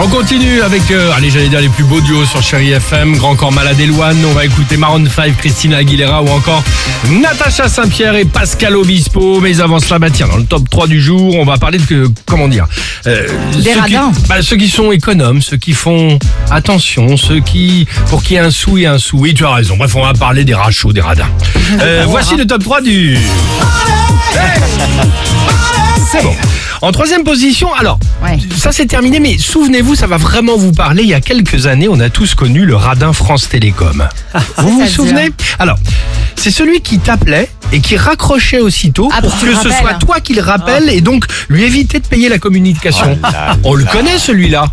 On continue avec, euh, allez, j'allais dire les plus beaux duos sur Chéri FM, Grand Corps Malade et Loane. On va écouter Maroon 5, Christina Aguilera ou encore Natacha Saint-Pierre et Pascal Obispo. Mais avant cela, bah, tiens, dans le top 3 du jour, on va parler de, que- comment dire, euh, Des ceux, qui, radins. bah, ceux qui sont économes, ceux qui font attention, ceux qui, pour qui un sou et un sou. Oui, tu as raison. Bref, on va parler des rachauds, des radins. Euh, voici le top 3 du. C'est bon. En troisième position, alors, Ouais. ça c'est terminé, mais souvenez-vous, ça va vraiment vous parler. Il y a quelques années, on a tous connu le radin France Télécom. Ah, vous vous c'est-à-dire souvenez Alors, c'est celui qui t'appelait et qui raccrochait aussitôt Ah, pour pour que qu'il ce rappelle. Oh. soit toi qui le rappelle et donc lui éviter de payer la communication. on le connaît celui-là.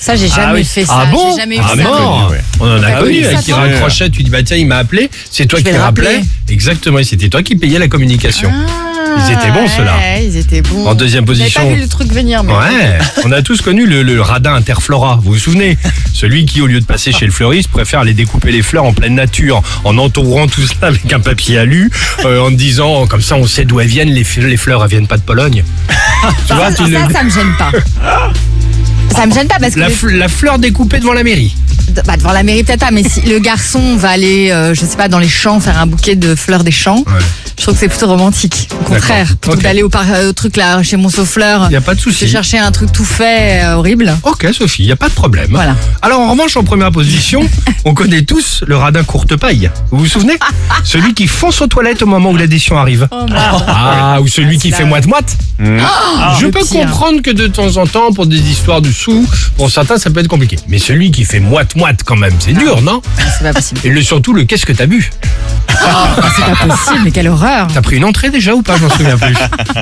Ça, j'ai jamais ah, oui. fait ça. Ah bon J'ai jamais eu Ah ça. bon On en a T'as connu connu, ça, avec qui toi raccrochait, tu dis bah tiens, il m'a appelé, c'est toi Je qui vais le rappelais. rappeler. Exactement, et c'était toi qui payais la communication. Ils étaient bons, ceux-là. Ah, Ouais, ils étaient bons. En deuxième J'avais position. pas vu le truc venir, mais. Ouais, on a tous connu le, le radin interflora, vous vous souvenez Celui qui, au lieu de passer chez le fleuriste, préfère aller découper les fleurs en pleine nature, en entourant tout cela avec un papier alu, euh, en disant, comme ça on sait d'où elles viennent, les, f- les fleurs elles viennent pas de Pologne. tu vois, tu ça, le- Ah, ça, ça me gêne pas. Ça me gêne pas parce que la, les- f- la fleur découpée devant la mairie. de- bah, devant la mairie peut-être pas, mais si le garçon va aller, euh, je sais pas, dans les champs faire un bouquet de fleurs des champs, Ouais. je trouve que c'est plutôt romantique. Au contraire, D'accord. plutôt que Ok. d'aller au, par- euh, au truc là chez mon souffleur, Y a pas de de souci. chercher un truc tout fait euh, horrible. Ok Sophie, y a pas de problème. Voilà. Alors en revanche, en première position, on connaît tous le radin courte paille. Vous vous souvenez Celui qui fonce aux toilettes au moment où l'addition arrive. Oh, merde. Ah, ou celui qui Là, fait ouais. moite-moite. Ah, je Ah, le hein. peux pire. comprendre que de temps en temps, pour des histoires de sous, pour certains, ça peut être compliqué. Mais celui qui fait moite-moite quand même, c'est dur, non Ah, C'est pas possible. Et le surtout, le qu'est-ce que t'as bu C'est pas possible, mais quelle horreur. T'as pris une entrée déjà ou pas Je m'en souviens plus.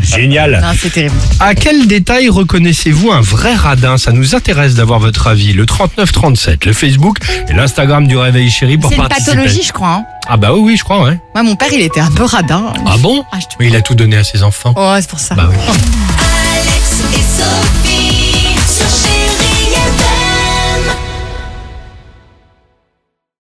Génial. Non, c'est terrible. À quel détail reconnaissez-vous un vrai radin Ça nous intéresse d'avoir votre avis. Le 3937, le Facebook et l'Instagram du Réveil Chéri pour C'est une participer. pathologie, je crois. hein. Ah bah oui, oui, je crois, ouais. Moi, mon père, il était un peu radin. Ah bon Ah, je te- Mais il a tout donné à ses enfants. Oh, c'est pour ça. Bah oui.